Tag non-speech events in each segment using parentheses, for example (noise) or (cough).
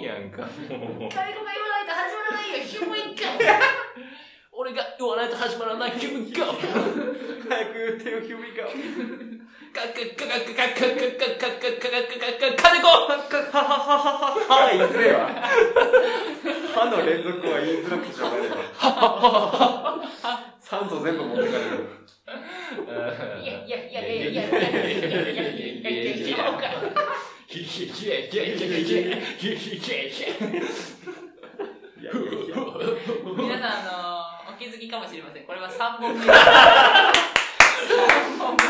いやんか、もう。誰かが言わないと始まらないよ、ヒューマンカ俺が言わないと始まらない気分か。早く言ってよ、ヒューミンが。カッカッカッカッカッカッカッカッカッカッカッカッカッカッカネコはははははは、言いづれえわ。歯の連続は言いづらくてしょうがないわ。酸素全部持ってかれる。いやいやいやいやいやいやいやいやいやいやいやいやいやいやいや。皆さん、あのーお気づきかもしれません。これは3本目。三本目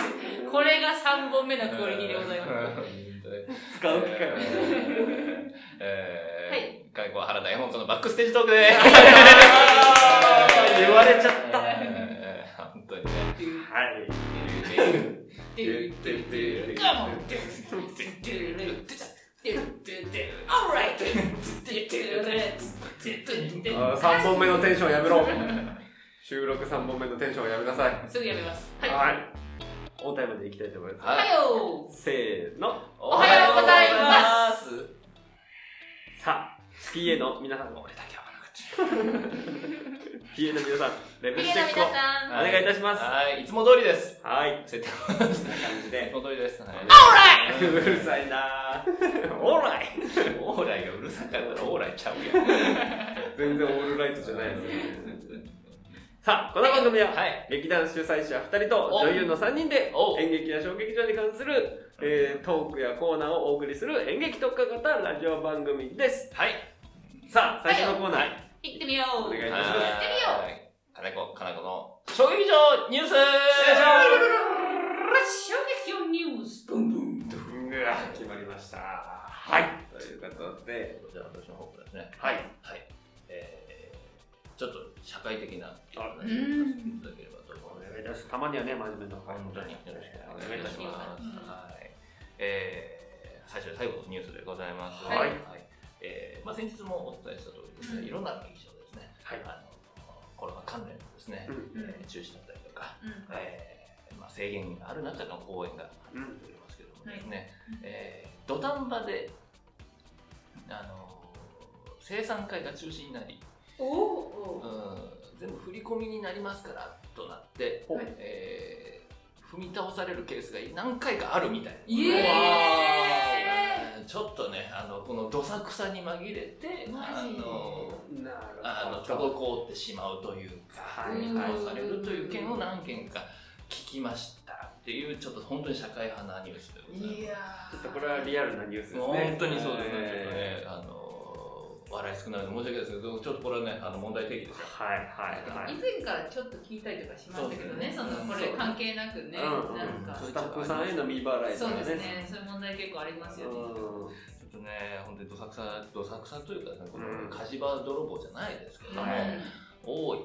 これが3本目のクオリティでございます。使う機会はない。えー、金子は原大本当のバックステージトークで言われちゃっーた。はす。本当にね。い。あー三本目のテンションやめろ。収録三本目のテンションやめなさい。すぐやめます。はい。はい。大タイムでいきたいと思いまおははい。ようす。せーの。お。はようございますさあ、PA の皆さん、俺だけ合わなかった。 (laughs) PA の皆さん、レベルピチェエのックを皆さん。お願いいたします。はい、いつも通りです。はい。設定こんな感じいつで。も通りです。はい。うるさいなぁ。オーライオーライがうるさかったらオーライちゃうやん。全然オールライトじゃないですね。さあ、この番組は、はい。劇団主催者2人と女優の3人でお演劇や小劇場に関する、えートークやコーナーをお送りする演劇特化型ラジオ番組ですはい。さあ最初のコーナー、は行ってみよう。お願いし行ますってみよう金子、金子の衝撃場ニュース衝撃のニュース。ブンブン。うわ決まりましたはいということでじゃあ私の方からですね。はいはい。えー、ちょっと社会的な話をさせていただければと思いおます。願いいたしますたまにはね真面目な本当によろしくお願いいたします。うんはい。えー、最初で最後のニュースでございます。はいえー、まあ先日もお伝えした通りですね、いろんな劇場ですね、はいあのコロナ関連のですね、うんえー中止だったりとか、うん。えーまあ、制限がある中での公演がうあんりますけどもはいですね、えー土壇場で、あの生産会が中止になり、おお。うん全部振り込みになりますからとなって、ほうえー踏み倒されるケースが何回かあるみたいイエーイうんちょっとねあのこのどさくさに紛れてマジあのなるあのほど滞ってしまうというかはい踏み倒されるという件を何件か聞きましたっていうちょっと本当に社会派なニュースでございます。やちょっとこれはリアルなニュースですね本当にそうですね、えちょっとねあの笑い少ないので申し訳ないですけどちょっとこれはねあの問題提起ですよーはいはいは以い前からちょっと聞いたりとかしましたけどね、そそうですねのこれ関係なくね、うんなんか、スタッフさんへの未払いそとうでかすね、そういう問題結構ありますよね。うちょっとね、本当にどさくさ、どさくさというかね、こうのん火事場泥棒じゃないですけども、はい多い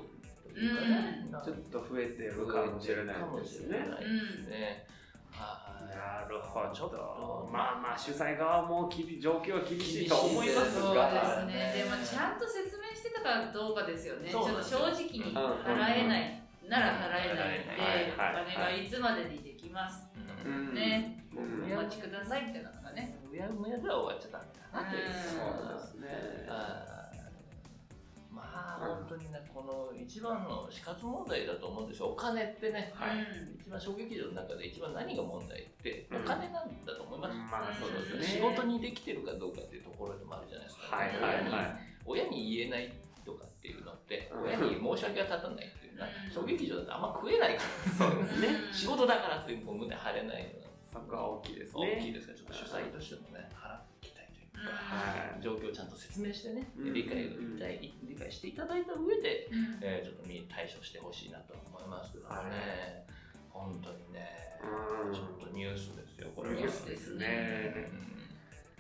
というかね、なんんかちょっと増えてるかもしれないですねかもしれないですね。はなるほど。ちょっとまあまあ、主催側もきび状況は厳しいと思いますそうが、ですね、でもちゃんと説明してたかどうかですよね、ちょそうっなんとです正よ直に払えないなら払えないので、はいはいお金がいつまでにできます、い。うんね、うおん待ちくださいみたいなのがね。うやむやでは終わっちゃダメだなという。そうですね。あーまあ、うん本当にね、この一番の死活問題だと思うんですよ。お金ってね、はい一番小劇場の中で一番何が問題って、うんお金なんだと思います。まあ、そうです仕ね。事にできてるかどうかっていうところでもあるじゃないですか、はいはいはい。親に親に言えないとかっていうのってうん親に申し訳が立たないっていうのはうん小劇場だとあんま食えないからそうですね。うん仕事だからっていうこう胸張れないのがそこは大きいです大きいね。ですからちょっと主催としてもね払っていきたいといううんは状況をちゃんと説明してねうん理解を理解理解していただいた上で、うんえーちょっと見対処してほしいなと思いますけどね、はい本当にねうんちょっとニュースですよこれはニュースですね。うん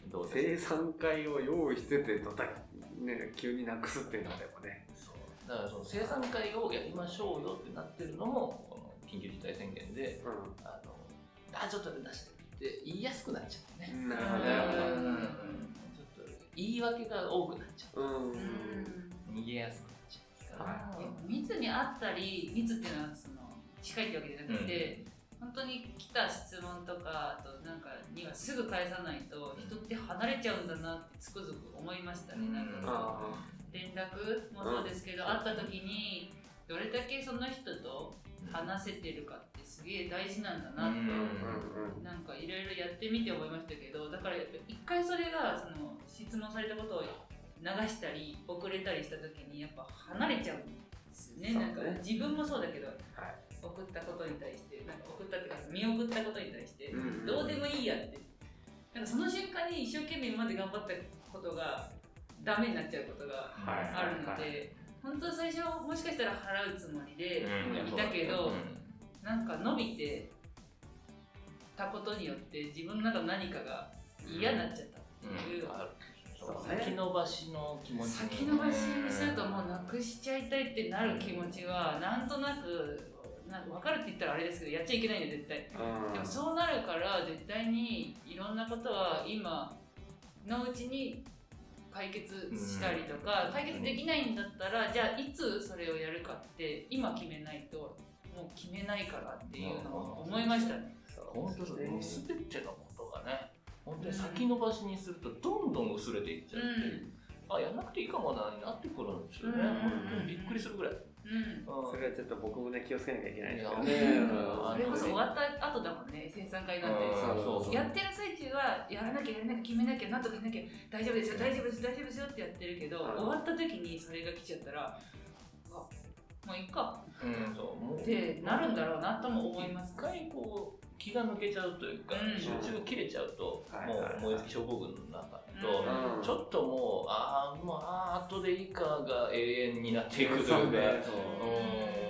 どうですか生産会を用意してて、とたね、急になくすっていうのはでもね。そうだからその生産会をやりましょうよってなってるのもこの緊急事態宣言でうあのあちょっと出してって言いやすくなっちゃってね、ん。なるうんちょっと言い訳が多くなっちゃほど。うん。うんう逃げやすくなっちゃうから、密にあったり密っていうのはその近いってわけじゃなくて、本当に来た質問とかあとなんかにはすぐ返さないと人って離れちゃうんだなってつくづく思いましたねなんかこあう連絡もそうですけど、会った時にどれだけその人と話せてるかってすげえ大事なんだなって、うんうんなんかいろいろやってみて思いましたけどだからやっぱ一回それがその質問されたことを流したり遅れたりした時にやっぱ離れちゃうんですよねそうなねんか自分もそうだけど、送ったことに対してなんか送ったっていうか見送ったことに対してうんうんどうでもいいやってなんかその瞬間に一生懸命今まで頑張ったことがダメになっちゃうことがはいあるので、本当は最初はもしかしたら払うつもりで、うんいたけうどんなんか伸びてたことによって自分の中の何かが嫌になっちゃったっていう、うんあるそうね先延ばしの気持ち先延ばしにするともうなくしちゃいたいってなる気持ちはなんとなくな分かるって言ったらあれですけどやっちゃいけないんだよ絶対でもそうなるから絶対にいろんなことは今のうちに解決したりとか解決できないんだったらじゃあいつそれをやるかって今決めないともう決めないからっていうのを思いましたね本当だねもうそう全てのことがね本当に先延ばしにするとどんどん薄れていっちゃうっていう、あやんなくていいかもなになってくるんですよね、う本当にんうんうんびっくりするぐらい、うんうんそれはちょっと僕もね気をつけなきゃいけないいでやすけ本ど当ねにそれこそあ終わった後だもんね、生産会なんて。うんそうそうやってる最中は、やらなきゃやらなきゃ決めなきゃ、なんとかしなきゃ、大丈夫ですよ、大丈夫です、大丈夫ですよってやってるけど、うん終わった時にそれが来ちゃったら、あもういっかうんそうもうってなるんだろうなとも思います一。回こう気が抜けちゃうというか、うん集中が切れちゃうと、はいもはいはいう燃え尽き症候群の中だうと、んちょっともうああもうああ後でいいかが永遠になっていくとそいううかね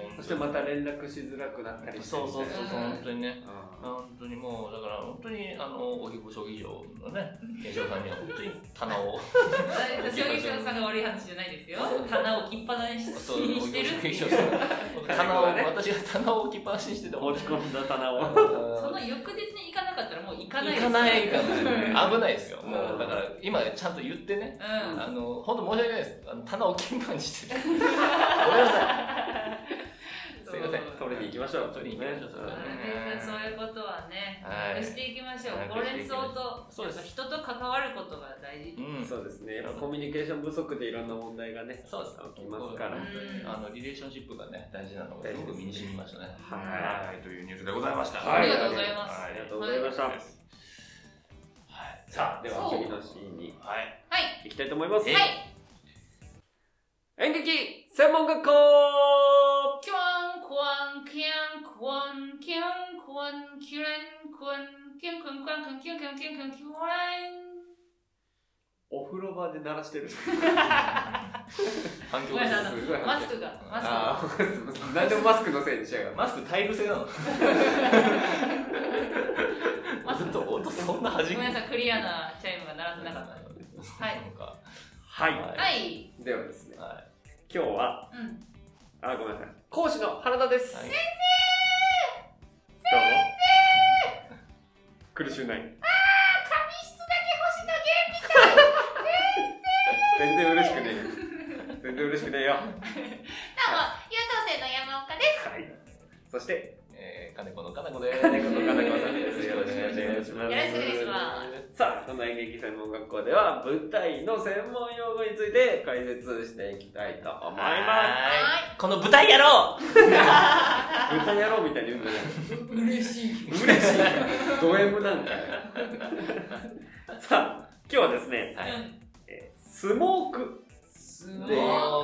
うんそしてまた連絡しづらくなったりしてそうそうそうそううん本当にねう本当にもうだから本当にあのお引っ越し議場のね店長さんには本当に棚を私は吉野さんが悪い話じゃないですよ。棚を切っぱなしにそうおしてるって議い場う。さんん棚を私が (laughs) 棚を置きっぱなしにしてて持ち込んだ棚をその翌日に行かなかったらもう行かな行いですかない行かない危ないですようんもうだから今ちゃんと言ってねうん。あの本当申し訳ないですあの棚を金板にしてるごめんなさいすいません取りに行きましょう取りに行きましょうそれはそうねいうことはね、はい (laughs) なくしていきましょなう。くこしていきれましょ相う当、そうですやっぱ人と関わることが大事。うんそうですねやっぱコミュニケーション不足でいろんな問題がねそうです起きますから本当にうんあのリレーションシップがね大事なのがすごく身に染みましたねははい、というニュースでございました。はいありがとうございますあはりがとうございましたはいさあではそう次のシーンに (laughs) はいはい。行きたいと思いますはい。演劇専門学校キュン、クワン、キャン、クワン、キャン、クワン、キュレン、クワン、キャン、クン、クワン、クン、キュン、クン、キュン、クン、キュワン。お風呂場で鳴らしてる反響ごめんなさですいすごいマスクが、マスクが。ああ、 (laughs) なんでもマスクのせいにしやがる。マスクタイル製なのマずスクっと音そんな弾ごめんなくさい、クリアなチャイムが鳴らせなかった。ははいいなんかははい。い。ではですね、は今日は、うん。あ、ごめんなさい。講師の原田です。はいどうも。苦しゅうない。髪質だけ星だけ全然嬉しくねえよ。全然嬉しくねえよ。はどうも、優等生の山岡です。い。そして、いえー金子の金子です金子の金子さんです。よよろろししくくおお願願いいしよろしくお願いします。しまさあ、この演劇専門学校では、舞台の専門用語について解説していきたいと思いますまはーいこの舞台やろうす。舞台野郎みたいに言うんじゃない嬉しい。嬉しいド M なんだよさあ今日はですね、はいえースモーク、すごごくく。まあ、お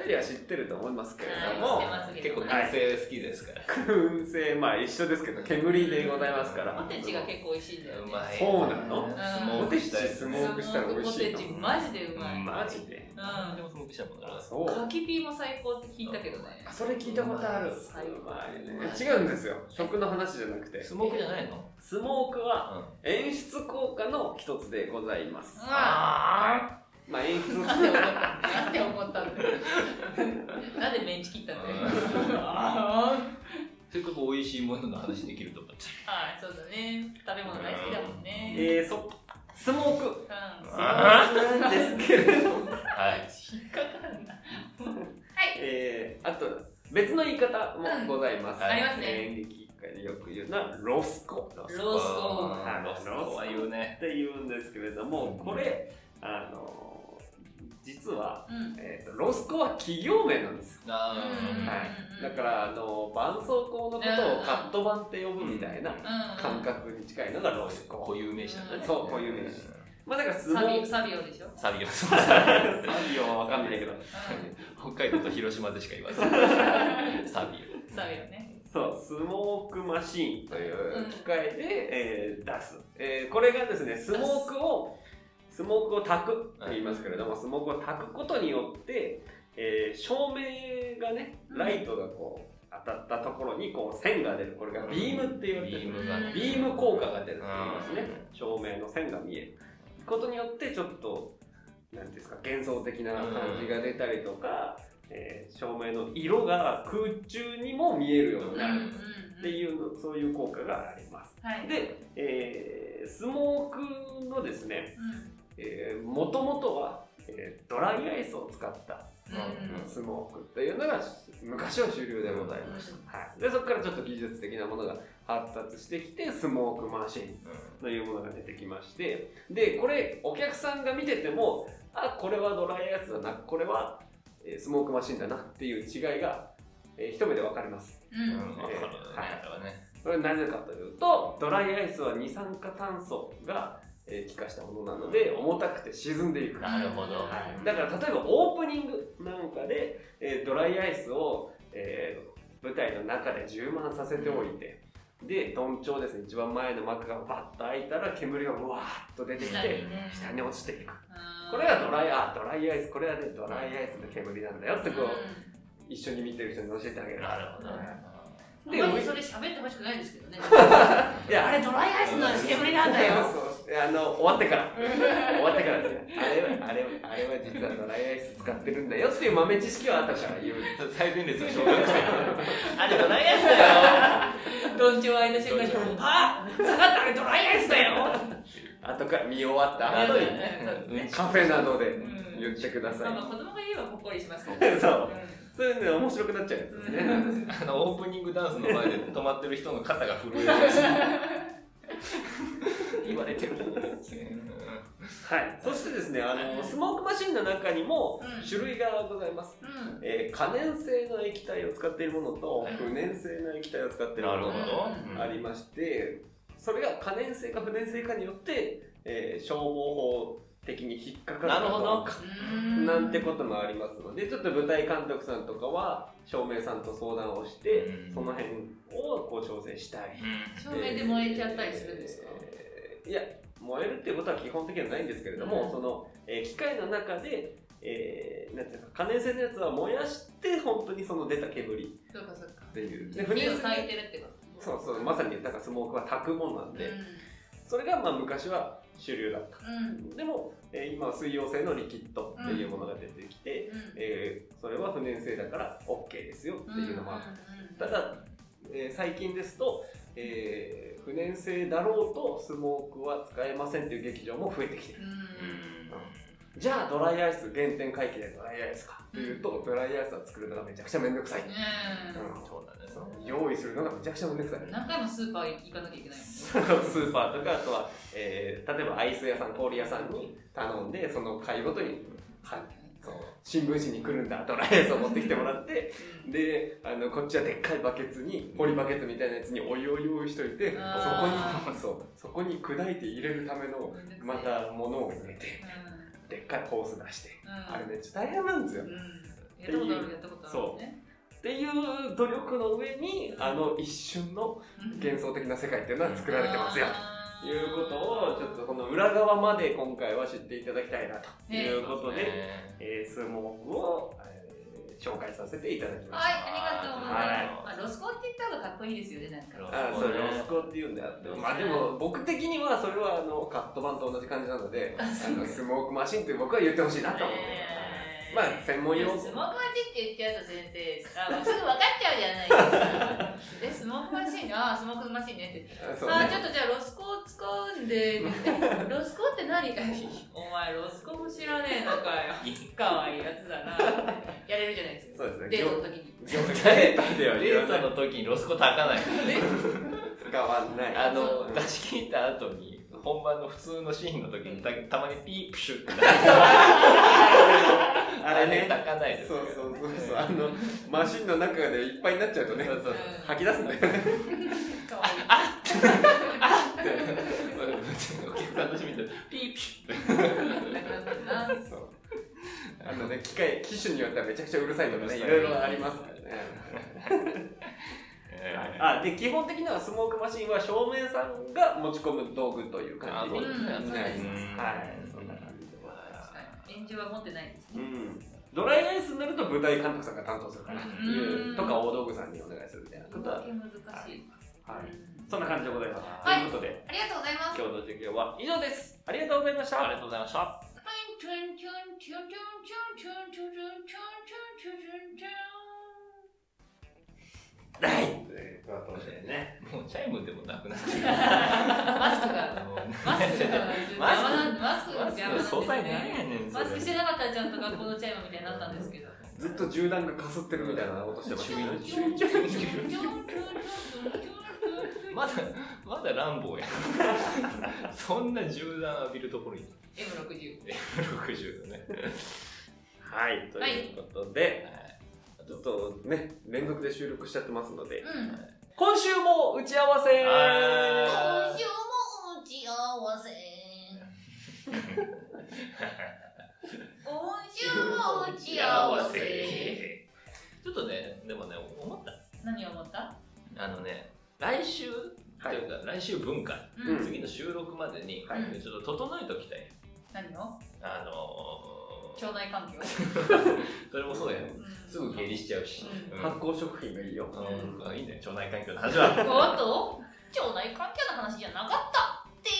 二人は知ってると思いますけれども、はい知ってます結構男性好きですから燻製まあ一緒ですけど煙でございますからポテチが結構美味しいんだようね。まいそうなのスモークしたいポテチスモークしたら美味しいのポテチマジでうまい。うんマジで何でうもスモークしたもんなそん。うかきピーも最高って聞いたけどね。あそれ聞いたことある最高うまいね違うんですよ食の話じゃなくてスモークじゃないのスモークはうん演出効果の一つでございますうわあまあ演出効なん (laughs) で怒ったなんで怒ったんだよ。なんでメンチ切ったんだよ。あせっかく美味しいものの話できると思ってーはい、そうだね。食べ物大好きだもんね。えー、そスモークうん。あなんですけれどはいも引っかかんな。はい。えー、あと別の言い方もございます、うんありますね演劇いうのはロスコロスコはいロスコは言うね。って言うんですけれどうもんこれあの実は、うんえー、とロスコは企業名なんですあうんーはいうんだからあの絆創膏のことをカット版って呼ぶみたいな感覚に近いのがロスコ固有名詞なんだね。そう固有名詞まあだから相サビ撲サビオでしょサ (laughs) ビオ。サビオは分かんないけど (laughs) 北海道と広島でしか言わない。サビオ。サビオねそうスモークマシーンという機械で、えー出す、えーこれがですねスモークをスモークを炊くって言いますけれども、スモークを炊くことによって、えー照明がねライトがこう当たったところにこう線が出るこれがビームって言われてるビームがねビーム効果が出るって言いますねう照明の線が見えることによってちょっと何ていうんですか幻想的な感じが出たりとか、えー照明の色が空中にも見えるようになるるうんっうんてうんいうのそういう効果がありますはいで、えースモークのですねうんもともとは、えードライアイスを使ったうんスモークというのが昔は主流でございます、はい、でそこからちょっと技術的なものが発達してきてスモークマシンというものが出てきましてでこれお客さんが見ててもあこれはドライアイスだなこれはえースモークマシンだなっていう違いが、えー一目で分かりますうんうん。わかるね。あれはね。それはなぜかというとドライアイスは二酸化炭素が、えー気化したものなので重たくて沈んでいく、なるほどはいだから例えばオープニングなんかで、えードライアイスを、えー舞台の中で充満させておいてでどんちょうですね一番前の幕がバッと開いたら煙がうわーっと出てき下にてね下に落ちていくあーこれがドライあドライアイスこれはねドライアイスの煙なんだよってこうんう一緒に見てる人に教えてあげるなるほどね。あんでまりそれ喋ってほしくないですけどねいやあれドライアイスの煙なんだよそうあの終わってから終わってからですねあれはあれはあれは実はドライアイス使ってるんだよっていう豆知識は後から言う最前列の小学生。あれドライアイスどんちょう開いた瞬間にどんちょうあ下がったあれドライアイスだよ後から見終わった後にうんカフェなどでうん言ってくださまあまあい子供が言えばほっこりしますからねそうそれね面白くなっちゃうやつですねあのオープニングダンスの前で止まってる人の肩が震える言われてるはいそしてですねあのスモークマシンの中にもうん種類がございますうんうんえー可燃性の液体を使っているものとはい不燃性の液体を使っているもなるのほど、うんありましてそれが可燃性か不燃性かによって、えー消防法的に引っかかるなるほどかなんてこともありますのでちょっと舞台監督さんとかは照明さんと相談をして、うんその辺をこう調整したり照明で燃えちゃったりするんですか、えーいや燃えるっていうことは基本的にはないんですけれども、うんその、えー機械の中で、えーなんていうのか可燃性のやつは燃やして本当にその出た煙っそうかそうかていう火でを不燃焚いてるってことそうそうまさにだからスモークは炊くもんなんで、うんそれがまあ昔は主流だったうんでも、えー今は水溶性のリキッドっていうものが出てきて、うんえーそれは不燃性だから OK ですよっていうのもあるただ、えー最近ですと、えー不燃性だろうとスモークは使えませんっていう劇場も増えてきてるうんうんじゃあドライアイス原点回帰でドライアイスかというとドライアイスは作るのがめちゃくちゃめんどくさい、ねうんそうだねその用意するのがめちゃくちゃめんどくさいえ何回もスーパー行かなきゃいけないもんねそうスーパーとかあとは、えー例えばアイス屋さん氷屋さんに頼んでその会ごとにはいそう新聞紙に来るんだドライアイスを持ってきてもらってであのこっちはでっかいバケツにポリバケツみたいなやつにお湯を用意しといてそあこにそうそこに砕いて入れるためのうんまた物を入れてうでっかいホース出してんうんあれめっちゃ大変なんですようんやったことあるやったことあるねっていう努力の上にあの一瞬のうん幻想的な世界っていうのは作られてますよあとーいうことをちょっとこの裏側まで今回は知っていただきたいなとねいうことで、ねえー、スモークを、えー紹介させていただきまはした。いありがとうございまはいす、まあ、ロスコンって言った方がかっこいいですよねなんかロあーそうねロスコっていうんであって、まあでも僕的にはそれはあのカット版と同じ感じなので、あのスモークマシンって僕は言ってほしいなと思って、ねえまあ専門用語スモークマシンって言っちゃうと先生あもうすぐ分かっちゃうじゃないですかえスモークマシンあースモークマシンねってあそうあーちょね。っとじゃあロスコを使うんでえロスコって何お前ロスコも知らねえのかよかわいいやつだなやれるじゃないですかそうでデーすね。トの業時に業デー界トの時にロスコ炊かないえ使わない。あうのん出し切った後に本番の普通のシーンの時にたたまにピープシュってなるあれね。炊かないですそかうらねそう (laughs) そうそう。あの、マシンの中でいっぱいになっちゃうとね、そうそう吐き出すんだよね。可お客さん楽しみでピープシュって愛いなくなったなそうあのね、機械、機種によってはめちゃくちゃうるさいとかね、ういるさいろいろありますからね。えーあで基本的にはスモークマシンは照明さんが持ち込む道具というあ感じそうにですねうんそうですはいそんな感じでございます炎上は持ってないですねうんドライアイスになると舞台監督さんが担当するからっていううんとか大道具さんにお願いするみたいな動こきとは、はい、難しいそんな感じでございます、はいということでありがとうございます今日の授業は以上ですありがとうございましたありがとうございましたはいえーまあこの辺でねもうチャイムでもなくなってるマスクがマスクが邪魔なんマスクがマス邪ク魔のなん素材なんですねやねんそマれスクしてなかったらちゃんと学校のチャイムみたいになったんですけどずっと銃弾がかすってるみたいな音してましたねまだまだ乱暴やそんな銃弾浴びるところに M60 60だねはいということで、ちょっとね連続で収録しちゃってますのでうん今週も打ち合わせは今週も打ち合わせ。今週も打ち合わせ。ちょっとねでもね思った何を思ったあのね、来週とはいいうか、来週文化、うん次の収録までに、はいちょっと整えておきたい。何をあのー腸内環境それもそうやよ。うんすぐ下痢しちゃうし。ううん発酵食品がいいよ、うんあいいね、腸内環境の話は。 (laughs) おっと、腸内環境の話じゃなかった。て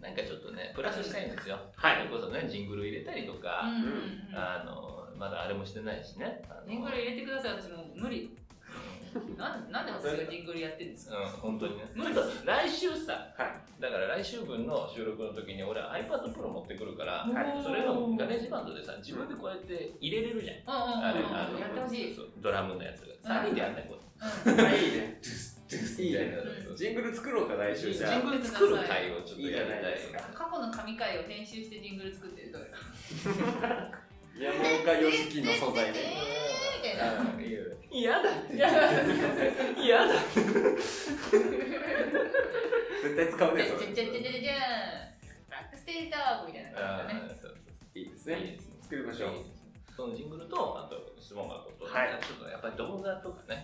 なんかちょっとね、プラスしたいんですよ。はいそれこそね、ジングル入れたりとうか、んうんうんあのーまだあれもしてないしね。あのージングル入れてください、私もう無理。なんなんで私がジングルやってるんですかうん、本当にね。ちょっと来週さ、はだから来週分の収録の時に俺 iPad Pro 持ってくるから、はいそれのガレージバンドでさ、自分でこうやって入れれるじゃん。あれあうんのうんうんうん、やってほしい。そうドラムのやつが3人でやんないこ (laughs) うんあいいねといいみたねいなうジジングル作ろうか来週じゃあングル作る会をちょっとやりたいいいじゃないですか過去の神回を編集してジングル作ってるとか。山岡良樹の素材でーん。みたいな。あいいよ嫌だいや、嫌だ (laughs) 絶対使うじねゃそじゃじゃじゃじれゃじゃん。バックステージダーみたいな感じだね。あそういいですそういいねですね作りましょうそのジングルとあと質問箱と、はいちょっとやっぱり動画とかね、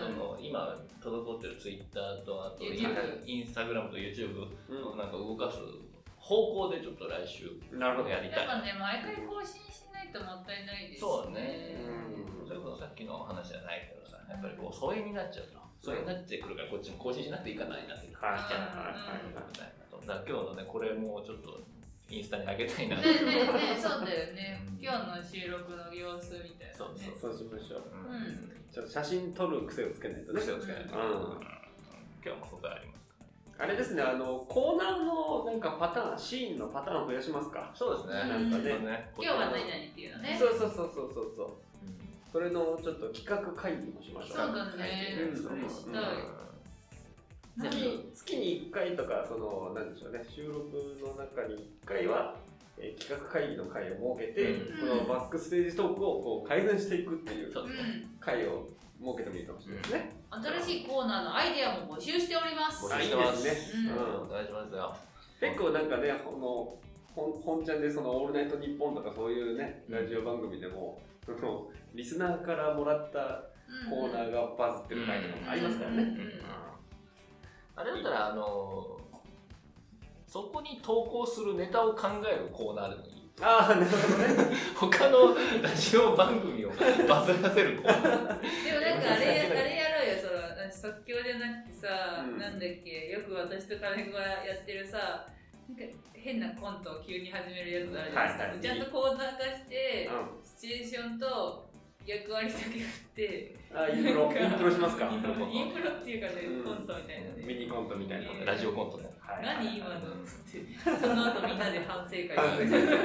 そうん。の今滞ってるツイッターとあと YouTube インスタグラムと YouTube をなんか動かす方向でちょっと来週うんなるほどやりたいやっぱね、毎回更新しないともったいないですそうねうんそれこそさっきの話じゃないけどさやっぱりこう疎遠になっちゃうと疎遠になってくるからこっちも更新しなくていいかなになってくるはいはいみはたいなとだから今日のねこれもちょっとインスタに上げたいなねとねねそうだよね。今日の収録の様子みたいなね。そういそうしましょううんうんちょっと写真撮る癖をつけないとね癖をつけないと、うん今日も答えありますかあれですねあのコーナーのなんかパターンシーンのパターンを増やしますからそうですねね、うんなんかね今日は何々っていうのね。そううそうそうそうそうそうそれのちょっと企画会議もしましょうそうだねうんそうしたい月に月に1回とかそのなんでしょうね収録の中に1回は、えー企画会議の会を設けて、うんこのバックステージトークをこう改善していくっていうそうですねん。会を設けてもいいかもしれないですね、新しいコーナーのアイデアも募集しております。うんあいいですね、うんお願いしますよ結構なんかねこの本本ちゃんでその「オールナイトニッポン」とかそういうねラジオ番組でもそのリスナーからもらったコーナーがバズってる回とかもありますからね、うんうんうんあれだったらあのそこに投稿するネタを考えるコーナーでもいいああなるほどね (laughs) 他のラジオ番組をバズらせるコーナーでもなんかあれやあれやろうよそのあ即興じゃなくてさ、うんなんだっけよく私と金子がやってるさなんか変なコントを急に始めるやつあるじゃないですか、はいはいうちゃんとコーナー化してうんシチュエーションと役割だけ振ってあインプロインプロしますかインプロインプロっていうかね、うんコントみたいなミねニコントみたいなのでラジオコントねはい何今のっつってその後みんなで反省会す反省る会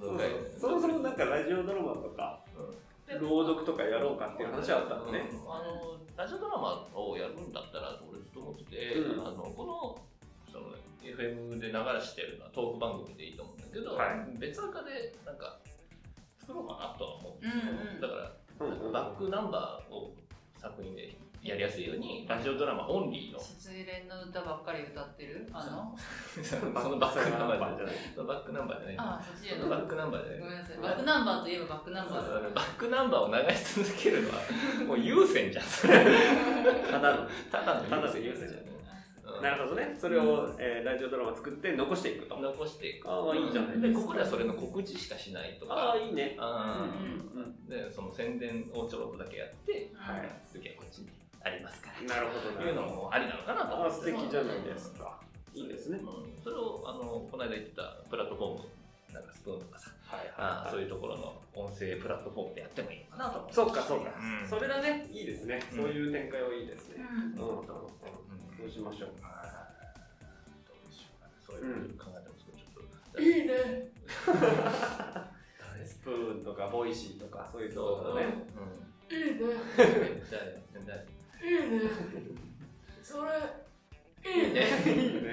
そうそうそもそもなんかラジオドラマとかうんだ (laughs) 朗読とかやろうかっていう話はあったのね。うんあのラジオドラマをやるんだったら俺ずっと思ってて、うんあのこのその FM で流してるのはトーク番組でいいと思うんだけど、はい別垢でなんか作ろうかなとは思う、うんうんだからうんうんうんバックナンバーを作品でやりやすいようにラジオドラマオンリーの失恋の歌ばっかり歌ってるあのその (laughs) バックナンバーじじゃゃない。そのバックナンバーじゃないああそっちでそのバックナンバーじゃごないめんなさいバックナンバーといえばバックナンそうバそうーバックナンバーを流し続けるのはもう優先じゃんそれただのただのただの優優先じゃ先じゃんん、うんなるほどね。それを、えーラジオドラマ作って残していくと。残していくああ、いいじゃないででこすか。こではそれの告知しかしないとああ、かいいね。あうんうんうん。ーでその宣伝をちょろっとだけやってはい次はこっちにありますからなるほどっていうのもありなのかなと思あっあ、て素敵じゃないですか。いいですね。うんそれをあのこの間言ってたプラットフォームなんかスプーンとかさはいあーそういうところの音声プラットフォームでやってもいいのかなと思ってそうか、そうかうん。それだね。いいですね。うんそういう展開はいいですね。うんうん。うんそうしましょう。あーどうでしょうかねそういうこと考えてますけどちょっといいねスプーンとか、ボイシーとか、そういうとこそうろだねね。いいねうんじゃあいいねそれいいねいいね。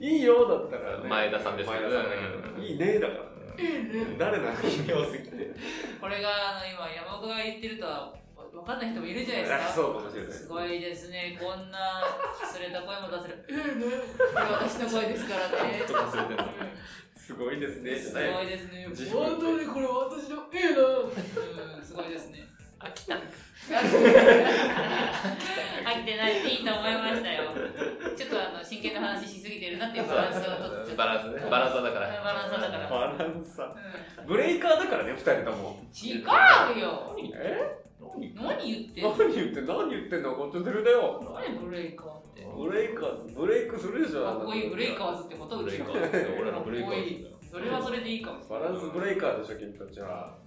いいよだったらね。前田さんですけ前ど田さんだけうんど。いいねだから。いいね誰なの微妙すぎて。これがあの今山岡が言ってるとは分かんない人もいるじゃないですあかそうかもしれない。すごいですね、こんな擦れた声も出せる。うんうん、これ私の声ですからね。ちょっと忘れてるすごいですね。すごいですね自。分本当にこれ私のええな。うん、すごいですね。飽きた入ってないっていいと思いましたよ。ちょっとあの真剣な話しすぎてるなっていうバランスをとって。バランスねバランスだからバランスだからバランサー。ブレイカーだからね、二人とも。違うよ。何え何何言ってんの何言ってん何言ってんのこっちずるだよ。何ブレイカーって。ブレイカー、ブレイクするでしょ。かっこいいブレイカー。ーズってことブレイカうちーですよ俺らブレイカーですよそれはそれでいいかもしれバランスブレイカーでしょ、君たちは。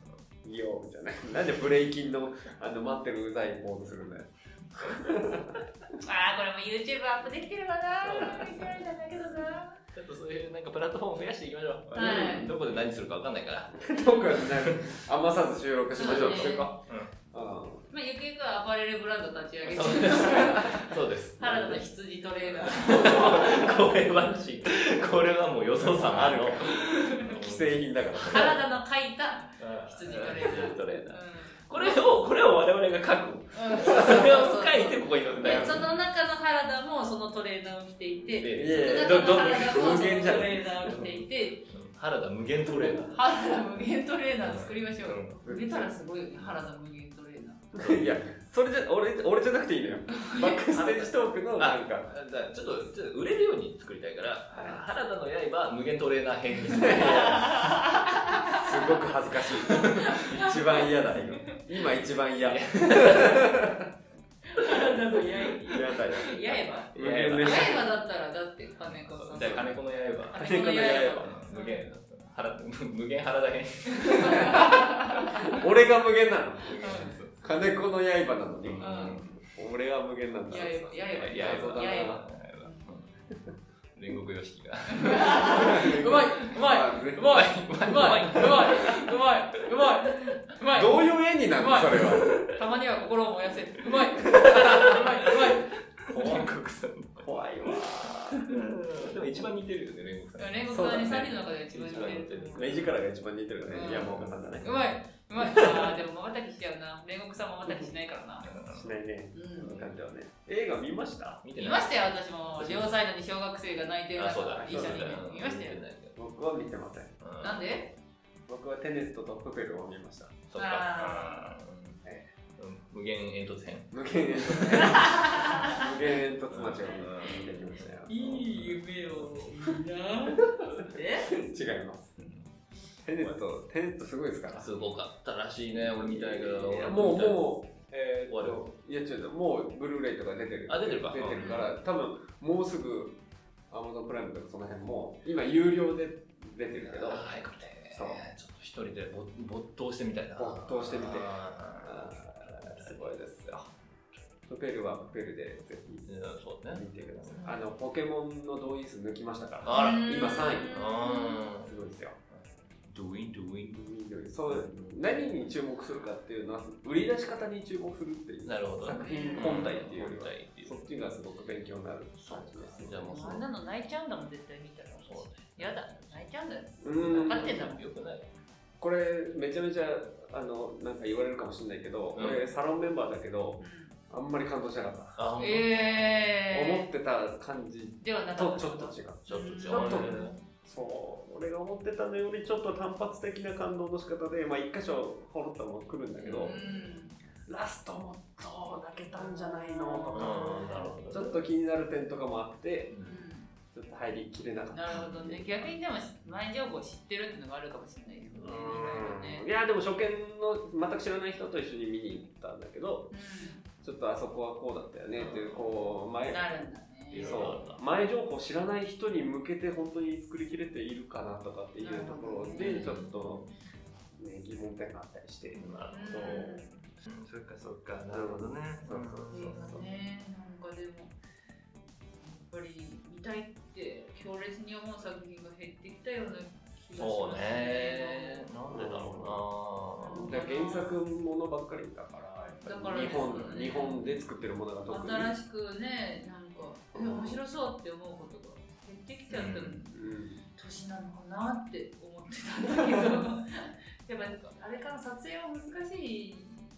いいよ、じゃない。なんでブレイキンの、あの、待ってるうざいポーズするんだよ。 (laughs) ない。ああ、これも YouTube アップできてるかな。見せられたんだけどな。ちょっとそういうなんかプラットフォーム増やしていきましょう、はいどこで何するか分かんないから特になんか、余さず収録しましょう。そうねか。うんうまあ、ゆくゆくはアパレルブランド立ち上げてそうですそうです原田の羊トレ (laughs) ーナーこれはしこれはもう予想さんあるのん。既製品だから。原田の書いた、羊羊トレーナートレーうナんーこれをこれを我々が書くそれを書いてここに載せたでよその中の原田もそのトレーナーを着ていてでいそのやいや中のど、ど、原田も無そのトレ限じゃない。ーナーを着ていて原田無限トレーナー原田無限トレーナー作りましょううん売れたらすごいよね原田無限トレーナー (laughs) いや、それじゃ、俺、俺じゃなくていいのよ。バックステージトークの、なんか。あじゃあちょっとちょっと売れるように作りたいから、原田の刃無限トレーナー編に (laughs) するすごく恥ずかしい。一番嫌だ、今。今一番嫌。いや嫌原田の刃だよ。やえば無限でや (laughs) す。えばだったらだって金子さんじゃあ金子の刃金子の刃無限原無限原田編俺が無限なの。無限金子の刃なのに。ん俺は無限なんだ。やえばやえば刃刃やえ刃煉獄様式がうまいうまいいうまいううまいうまいうまいうまいうまいどういう演技なうまのい (laughs) それは。たまには心を燃やせうまいうまいうまい煉獄さん怖いわ。でも一番似てるよね煉獄さん煉獄さんに3人の中で一番似てる目力が一番似てるねう。ん山岡さんだね。うまいうまいあーでもまばたきしちゃうな煉獄さんもまばたきしないからなしないね。うんこの感じはね。映画見ました見て見なまいしたよ私も両サイドに小学生が泣いてるあ中そうだ一緒にねそうだ見ましたよ見てないけど僕は見てません。うんなんで僕はテネットとプペルを見ました。そっかあうんうん無限煙突編無限煙突。無限煙突町を見てきましたよ。夢を見なえ違います。テネット、テネットすごいですから。すごかったらしいね俺見たいけどい俺やもう、見たいもう、えーっ終わと、いや、ちょっと、もう、ブルーレイとか出てる。あ出てるか出てるから、多分、もうすぐ、アマゾンプライムとかその辺も、今、有料で出てるけど、あ早く見たいねそうちょっと一人でぼ没頭してみたいな没頭してみてああーすごいですよ。プペルはプペルで、ぜひーうんそうね見てください。あの、ポケモンの動員数抜きましたから、あらうん今三位うんすごいですよ。ドウィンドウィンそう何に注目するかっていうのは売り出し方に注目するっていうなるほど作品本体っていうよりは本体っていうそっちがすごく勉強になる感じですねじゃあもうそあうんなの泣いちゃうんだもん絶対見たらそうやだ泣いちゃうんだようん分かってんだもんよくないこれめちゃめちゃあのなんか言われるかもしれないけど、うんこれサロンメンバーだけどあんまり感動しなかった、あ思っえてた感じー、ではなかとったちょっと違うちょっと違うちょっとねそう俺が思ってたのよりちょっと単発的な感動の仕方でまあ一箇所ほろっとも来るんだけうど、んラストもっと泣けたんじゃないのうんとか、なるほどちょっと気になる点とかもあってううんんちょっと入りきれなかったなるほどね逆にでも前情報知ってるっていうのがあるかもしれないよねいうろいろんいねやでも初見の全く知らない人と一緒に見に行ったんだけどちょっとあそこはこうだったよねっていうこうう前んなるんだいろねいろそう前情報知らない人に向けて本当に作りきれているかなとかっていうところうでんちょっと、ね、疑問点があったりしてなるそうそっかそっかなるほどねそうそそうううんそうそうだねなんかでもやっぱり見たいって強烈に思う作品が減ってきたような気がしそうますねなんでだろうなだから原作ものばっかりだからやっぱり日だから本ですよね日本で作ってるものが特に新しくねなんかえ面白そうって思うことが減ってきちゃったうんうん年なのかなって思ってたんだけどやっぱなんかあれから撮影は難しい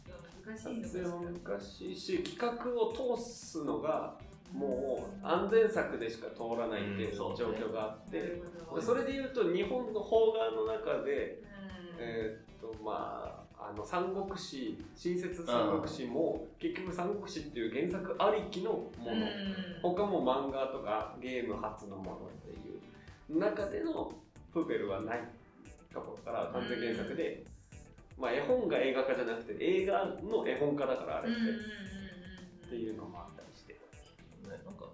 のは難しいのかし撮ら影も難しいし企画を通すのがもう安全策でしか通らないっていううん状そうね況があって、なるほどそれで言うと日本の邦画の中で、うんえーっとまああの三国志新設三国志も結局三国志っていう原作ありきのもの、うん他も漫画とかゲーム発のものっていう中でのプペルはないところから完全原作で、まあ絵本が映画化じゃなくて映画の絵本化だからあれうんって、うんうんうんっていうのもあったりして。ね、なんか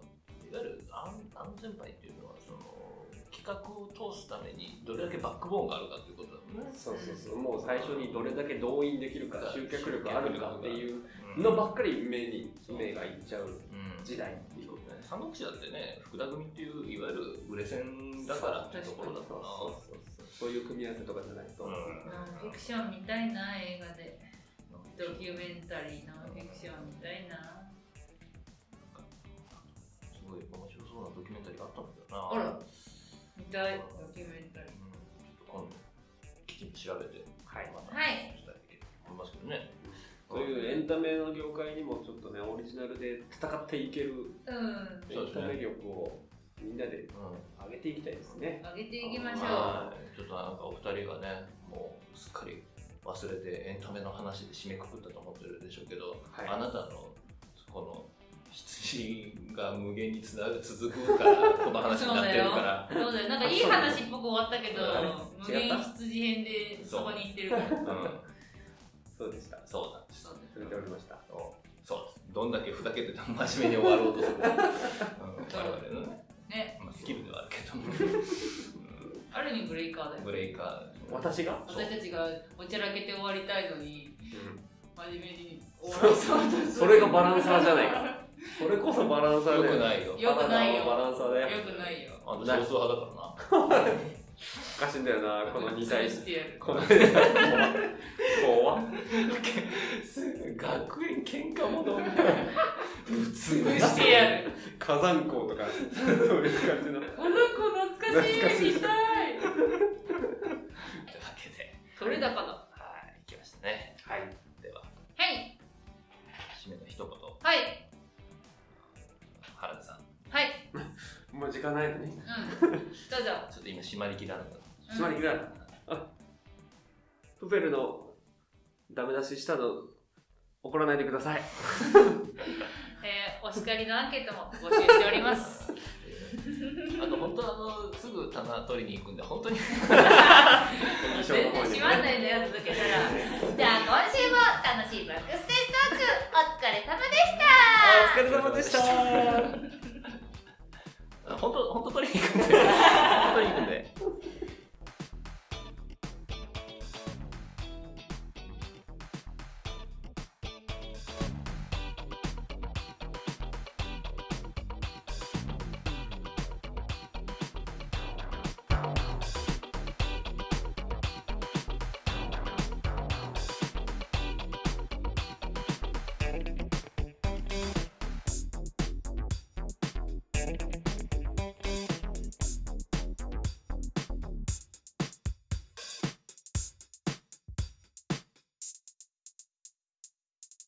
いわゆる安安全牌っていうのはその企画を通すためにどれだけバックボーンがあるかということだもんね。そうそうそう、もう最初にどれだけ動員できるか、集客力あるかっていうのばっかり目に目がいっちゃううん時代っていうそうね三国志だってね福田組っていういわゆる売れ線だからっていうところだったそうな。そうそうそういう組み合わせとかじゃないと、うんノンフィクション見たいな映画でドキュメンタリーノンフィクション見たいなすごい面白そうなドキュメンタリーがあったんだけどな。あらうんちょ見たいドキュメンタリーっと今度きちんと調べてはいまたはいしたいと思いますけどね。というエンタメの業界にもちょっとねオリジナルで戦っていけるうんエそうンでタすねメ力をみんなでうん上げていきたいですね上げていきましょうはいちょっとなんかお二人がねもうすっかり忘れてエンタメの話で締めくくったと思ってるでしょうけど、はいあなたのこの羊が無限につな続くからこの話になってるからそうだよなんかいい話っぽく終わったけどあ無れ違限った羊編でそこに行ってるからう、ん、そうでしたそうなんですそうだよ忘れておりましたそうですどんだけふざけてても真面目に終わろうとする、うん、我々のね、ねまあ、スキルではあるけども、うある意味ブレイカーだん、よブレイカーですね私が、そう私たちがおちゃらけて終わりたいのに真面目に終わそらうそうとするそれがバランサーじゃないかそれこそバランサーよでくないよよくないよバランサーだよよくないよあんた少数派だからなおかしいんだよなこの2対潰し1てやるこの2対1怖っ学園喧嘩ものみたいな。普通潰してやる火山港とかそういう感じのあの子懐かしい懐かしい見たいというわけで、取れ高だははい、行きましたね。はいでは、い締めの一言、はい原田さん。はいもう時間ないのにうんどうぞちょっと今、締まりきらなかった。うん締まりきらないあプペルのダメ出ししたの怒らないでくださいえーお叱りのアンケートも募集しており (laughs) ますあと、本当あの、すぐ棚取りに行くんで、本当に。衣装全の然方に閉まんないんだよ続 (laughs) けたらじゃあ今週も楽しいバックステージトークお疲れ様でしたお疲れ様でした本当、本当取りに行くんで。本当に行くんで。